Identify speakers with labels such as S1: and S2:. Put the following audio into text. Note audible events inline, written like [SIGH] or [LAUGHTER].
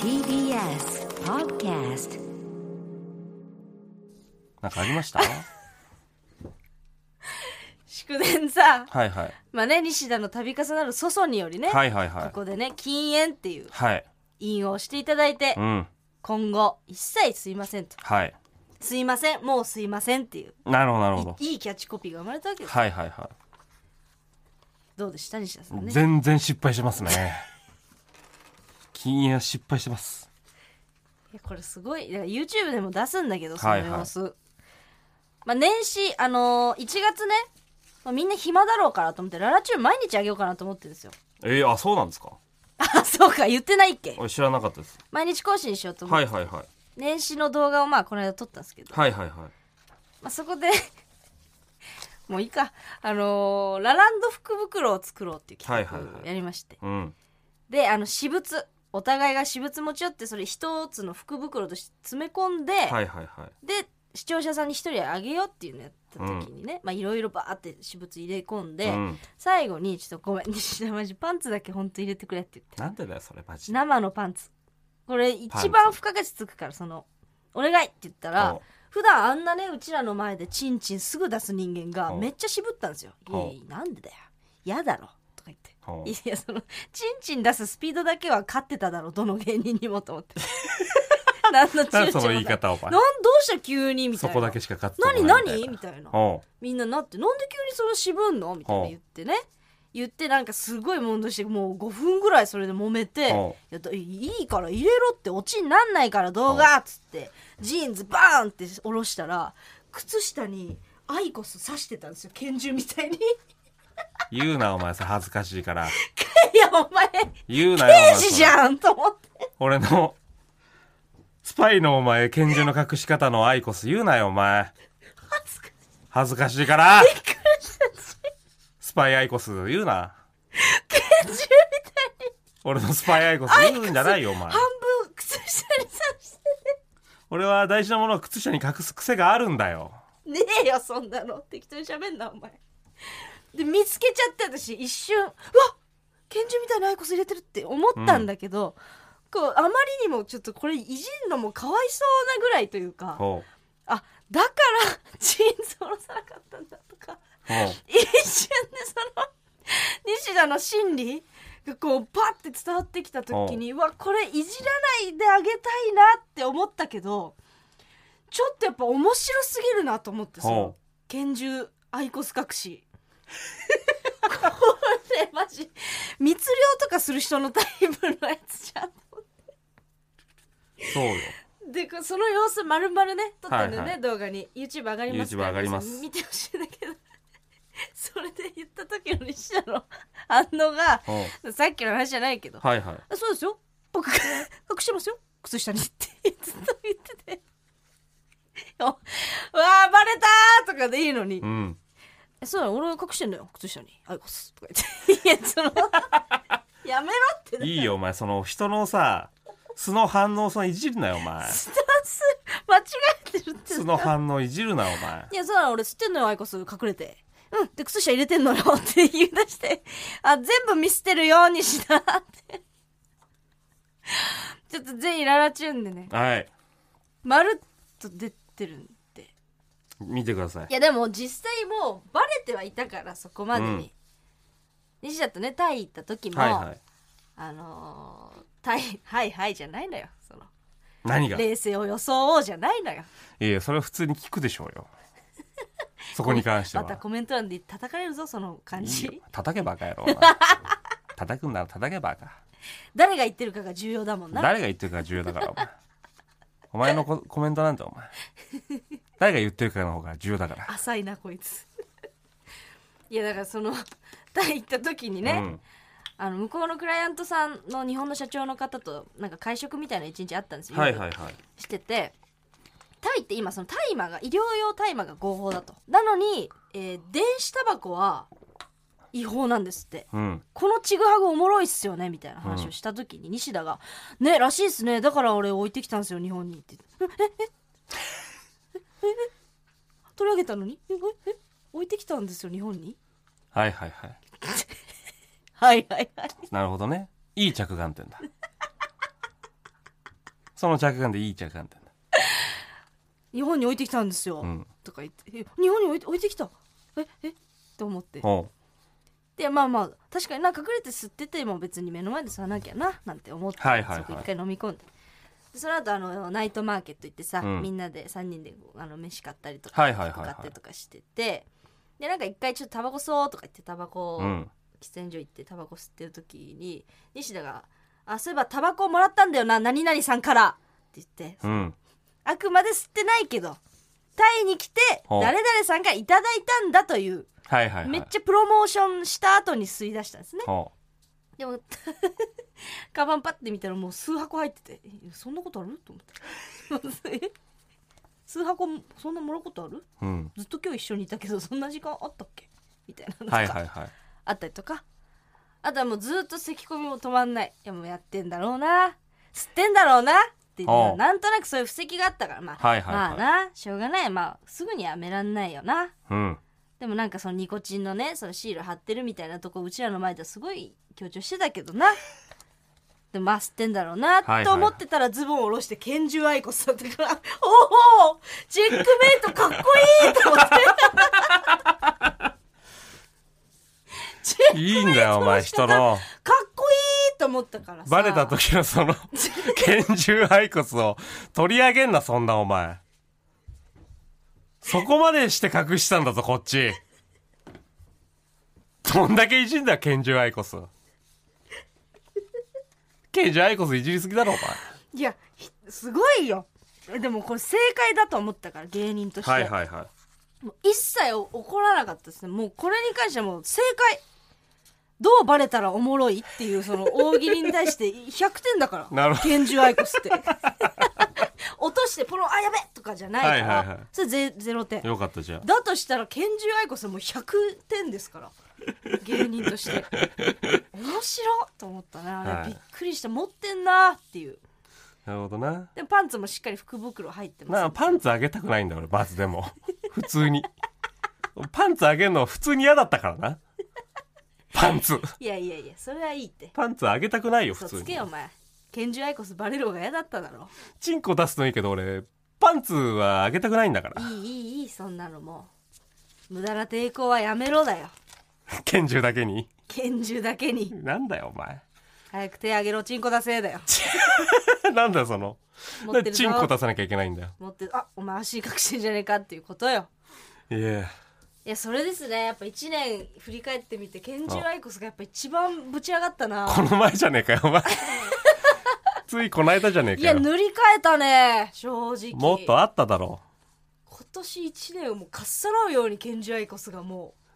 S1: TBS Podcast
S2: なんかありました
S3: [LAUGHS] 祝電さ
S2: はいはい
S3: まあね西田の度重なる粗相によりね、
S2: はいはいは
S3: こ
S2: い
S3: こでね禁煙っていう
S2: はい
S3: 引用していただいて、
S2: うん
S3: 今後一切すいませんと
S2: はい
S3: すいませんもうすいませんっていう
S2: なるほどなるほど
S3: いいいキャッチコピーが生まれたわけです、
S2: はいはいは
S3: どうでした西田さん
S2: い
S3: ね
S2: 全然失敗してますね禁煙は失敗してます
S3: いやこれすごいだから YouTube でも出すんだけどその
S2: はいはい
S3: 様子、まあ、年始あのー、1月ね、まあ、みんな暇だろうからと思ってララチュー毎日あげようかなと思ってるんですよ
S2: えー、あそうなんですか
S3: あそうか言ってないっけ
S2: 俺知らなかったです
S3: 毎日更新しようと思っ
S2: は
S3: て、
S2: いはいはい
S3: 年始の動画をまあこの間撮ったんですけど
S2: はいはいはい
S3: まあ、そこで [LAUGHS] もういいかあのーラランド福袋を作ろうっていう企
S2: はいはい
S3: 画を
S2: はい
S3: やりまして、
S2: うん
S3: であの私物お互いが私物持ち寄ってそれ一つの福袋として詰め込んで、
S2: はいはいはい
S3: で視聴者さんに一人あげようっていうのやった時にね、まあいろいろバーって私物入れ込んで、
S2: うん、
S3: 最後にちょっとごめん西田マジパンツだけほんと入れてくれって言って
S2: なんでだよそれマジで
S3: 生のパンツこれ一
S2: パン
S3: 番付加価値つくからその「お願い!」って言ったら
S2: お
S3: 普段あんなねうちらの前でチンチンすぐ出す人間が
S2: お
S3: めっちゃ渋ったんですよ「いや
S2: お
S3: いやなんでだよ嫌だろ」とか言って。
S2: お
S3: いやそのチンチン出すスピードだけは勝ってただろどの芸人にもと思って
S2: [LAUGHS]
S3: 何の躊躇も
S2: ないんでその言い方お前
S3: なんどうした急にみた
S2: そ
S3: いな
S2: こだけしか勝って
S3: 何
S2: ないみた
S3: 何み
S2: いな
S3: たいな
S2: お
S3: みんななってなんで急にそれ渋んのみたいな
S2: ほう
S3: 言ってね言ってなんかすごい問題してもう5分ぐらいそれで揉めて
S2: ほ
S3: 「いやだいいから入れろってオチになんないから動画」っつってジーンズバーンって下ろしたら靴下にアイコス刺してたんですよ拳銃みたいに [LAUGHS] い
S2: 言うなお前さ恥ずかしいから
S3: やお前
S2: 言うなよお前
S3: 刑
S2: それ
S3: 事じゃんと思って
S2: 俺の、スパイのお前、拳銃の隠し方のアイコス言うなよ、お前。
S3: 恥ずかしい
S2: 恥ずかしいから。スパイアイコス言うな。
S3: 拳銃みたいに
S2: 俺のスパイアイコス言うんじゃないよ、お前
S3: 半。分靴下に刺して
S2: 俺は大事なものを靴下に隠す癖があるんだよ。
S3: ねえよそんなの適当に喋んなお前で見つけちゃって私一瞬うわ拳銃みたいなアイコス入れてるって思ったんだけど、こうあまりにもちょっとこれいじんのもかわいそうなぐらいというか
S2: ほ
S3: あだからジーンズ下ろさなかったんだとか
S2: う。ほう。
S3: 一瞬でその西田の心理がこうパッて伝わってきた時にうわこれいじらないであげたいなって思ったけどちょっとやっぱ面白すぎるなと思ってその
S2: ほう
S3: 拳銃アイコス隠し [LAUGHS] これマジ密漁とかする人のタイプのやつじゃん
S2: そうよ。
S3: でこその様子丸々ね撮ったんだよね、
S2: はいはい
S3: 動画に YouTube 上がりますから
S2: YouTube 上がります
S3: 皆さん見てほしいんだけど [LAUGHS] それで言った時の西田の反応が
S2: ほう。
S3: さっきの話じゃないけど「
S2: はいはい。
S3: あそうですよ僕が隠してますよ靴下に」ってずっと言ってて [LAUGHS] 「おわあバレた!」とかでいいのに
S2: うん。
S3: 「えそうだ俺が隠してんだよ靴下にアイコス」とか言って「いやそ
S2: [LAUGHS]
S3: のやめろって
S2: いいよ、お前。その人のさ、素の反応をそのいじるなよ、お前。
S3: スタンス間違えてるって
S2: 素の反応いじるな、お前。
S3: いや、そうなの、俺知ってんのよ、アイコス隠れて。うん。で、靴下入れてんのよって言い出して、あ、全部見捨てるようにしなって。 [LAUGHS] ちょっと全員ララチューンでね、
S2: はい。
S3: まるっと出てるんで。
S2: 見てください
S3: い。や、でも実際もうバレてはいたから、そこまでに。西田とね、タイ行った時も、
S2: はいはい。
S3: あのータイ、はいはいじゃないのよ。その、
S2: 何が
S3: 冷静を装おうじゃないのよ。
S2: いやいやそれは普通に聞くでしょ
S3: [LAUGHS]
S2: うよそこに関しては
S3: またコメント欄で叩かれるぞ、その感
S2: い
S3: じ。
S2: いよ叩けばか
S3: [LAUGHS]
S2: やろ叩くんなら叩けばか
S3: 誰が言ってるかが重要だもんな。
S2: 誰が言ってるかが重要だからお前お前のココメントなんてお前誰が言ってるかの方が重要だから
S3: 浅いなこいつ [LAUGHS] いやだからその [LAUGHS] タイ行った時にね、
S2: うん
S3: あの向こうのクライアントさんの日本の社長の方となんか会食みたいな一日あったんですよ、
S2: はいはいはい
S3: しててタイって今その大麻が医療用大麻が合法だとなのに、えー電子タバコは違法なんですって
S2: うん
S3: このちぐはぐおもろいっすよねみたいな話をした時に西田が「ねらしいっすねだから俺置いてきたんですよ日本に」って言ってえええええ取り上げたのにえええ置いてきたんですよ日本に
S2: はいはいはい
S3: はいはいはい
S2: なるほどねいい着眼点だその着眼でいい着眼点だ
S3: 日本に置いてきたんですよ、
S2: うん
S3: とか言ってえ日本に置いて置いてきたええと思って
S2: おう
S3: でまあまあ確かにな隠れて吸ってても別に目の前で吸わなきゃななんて思って、
S2: はいはいはい
S3: そこ一回飲み込んででその後あのナイトマーケット行ってさ、
S2: うん
S3: みんなで3人でこうあの飯買ったりとか、
S2: はいはいはいはい
S3: 服買ってとかしててでなんか一回ちょっとタバコ吸おうとか言ってタバコを
S2: うん
S3: 喫煙所行ってタバコ吸ってる時に西田が「あそういえばタバコもらったんだよな何々さんから」って言って
S2: うん
S3: あくまで吸ってないけどタイに来て
S2: ほう
S3: 誰々さんがいただいたんだという
S2: はいはいはい
S3: めっちゃプロモーションした後に吸い出したんですね
S2: おう
S3: でも [LAUGHS] カバンパッて見たらもう数箱入っててえそんなことあると思って [LAUGHS] え数箱そんなもらうことある
S2: うん
S3: ずっと今日一緒にいたけどそんな時間あったっけみたいなのとか
S2: はいはいはい
S3: あったりとかあとはもうずっと咳込みも止まんないいやもうやってんだろうな吸ってんだろうなっていう
S2: おう
S3: なんとなくそういう布石があったからまあ、
S2: はいはいはい
S3: まあなしょうがないまあすぐにやめらんないよな
S2: うん
S3: でもなんかそのニコチンのねそのシール貼ってるみたいなとこうちらの前ではすごい強調してたけどな [LAUGHS] でもまあ吸ってんだろうな
S2: はいはい
S3: と思ってたらズボンを下ろして拳銃愛子さんだからおおチェックメイトかっこいいと思って [LAUGHS] チェックメイ
S2: いいんだよ
S3: ト
S2: お前
S3: 仕方
S2: 人の
S3: かっこいいと思ったからさ
S2: バレた時のその拳銃骸骨を取り上げんなそんなお前そこまでして隠したんだぞこっちどんだけいじんだ拳銃骸骨を拳銃骸骨いじりすぎだろお前
S3: いやひすごいよでもこれ正解だと思ったから芸人として、
S2: はいはい
S3: もう一切お怒らなかったですねもうこれに関してはもう正解どうバレたらおもろいっていうその大喜利に対して100点だから
S2: [LAUGHS] なるほ
S3: 拳銃アイコスって [LAUGHS] 落としてポロンあやべとかじゃないから、
S2: はいはいはい
S3: それゼゼロ点
S2: よかったじゃ
S3: だとしたら拳銃愛子さんもう100点ですから芸人として
S2: [LAUGHS]
S3: 面白っと思ったな、
S2: はい
S3: びっくりした持ってんなっていう
S2: あなるほどな
S3: でもパンツもしっかり福袋入ってます
S2: なパンツあげたくないんだ俺バズでも普通にパンツあげるの普通に嫌だったからなパンツ
S3: いやいやいやそれはいいって
S2: パンツあげたくないよ普
S3: 嘘
S2: 通
S3: つ
S2: に
S3: けよお前拳銃アイコスバレる方が嫌だっただろ
S2: チンコ出すのいいけど俺パンツはあげたくないん
S3: [LAUGHS]
S2: だから
S3: いいいいいいそんなのもう無駄な抵抗はやめろだよ
S2: 拳銃だけに
S3: 拳銃だけに
S2: なんだよお前 [LAUGHS]
S3: 早く手上げろチンコ出せだよ
S2: なんだよその
S3: 持
S2: な
S3: っ
S2: ん
S3: て
S2: で
S3: る
S2: チンコ
S3: ぞ
S2: 出さなきゃいけないんだよ
S3: 持ってるあお前足隠してんじゃねえかっていうことよ
S2: いや
S3: いやそれですねやっぱ1年振り返ってみて拳銃アイコスがやっぱ一番ぶち上がったな
S2: この前じゃねえかよ
S3: [LAUGHS]
S2: お前ついこの間じゃねえ
S3: い
S2: か
S3: や
S2: よ
S3: 塗り替えたね正直
S2: もっとあっただろ
S3: 今年1年をもうかっさらうように拳銃アイコスがも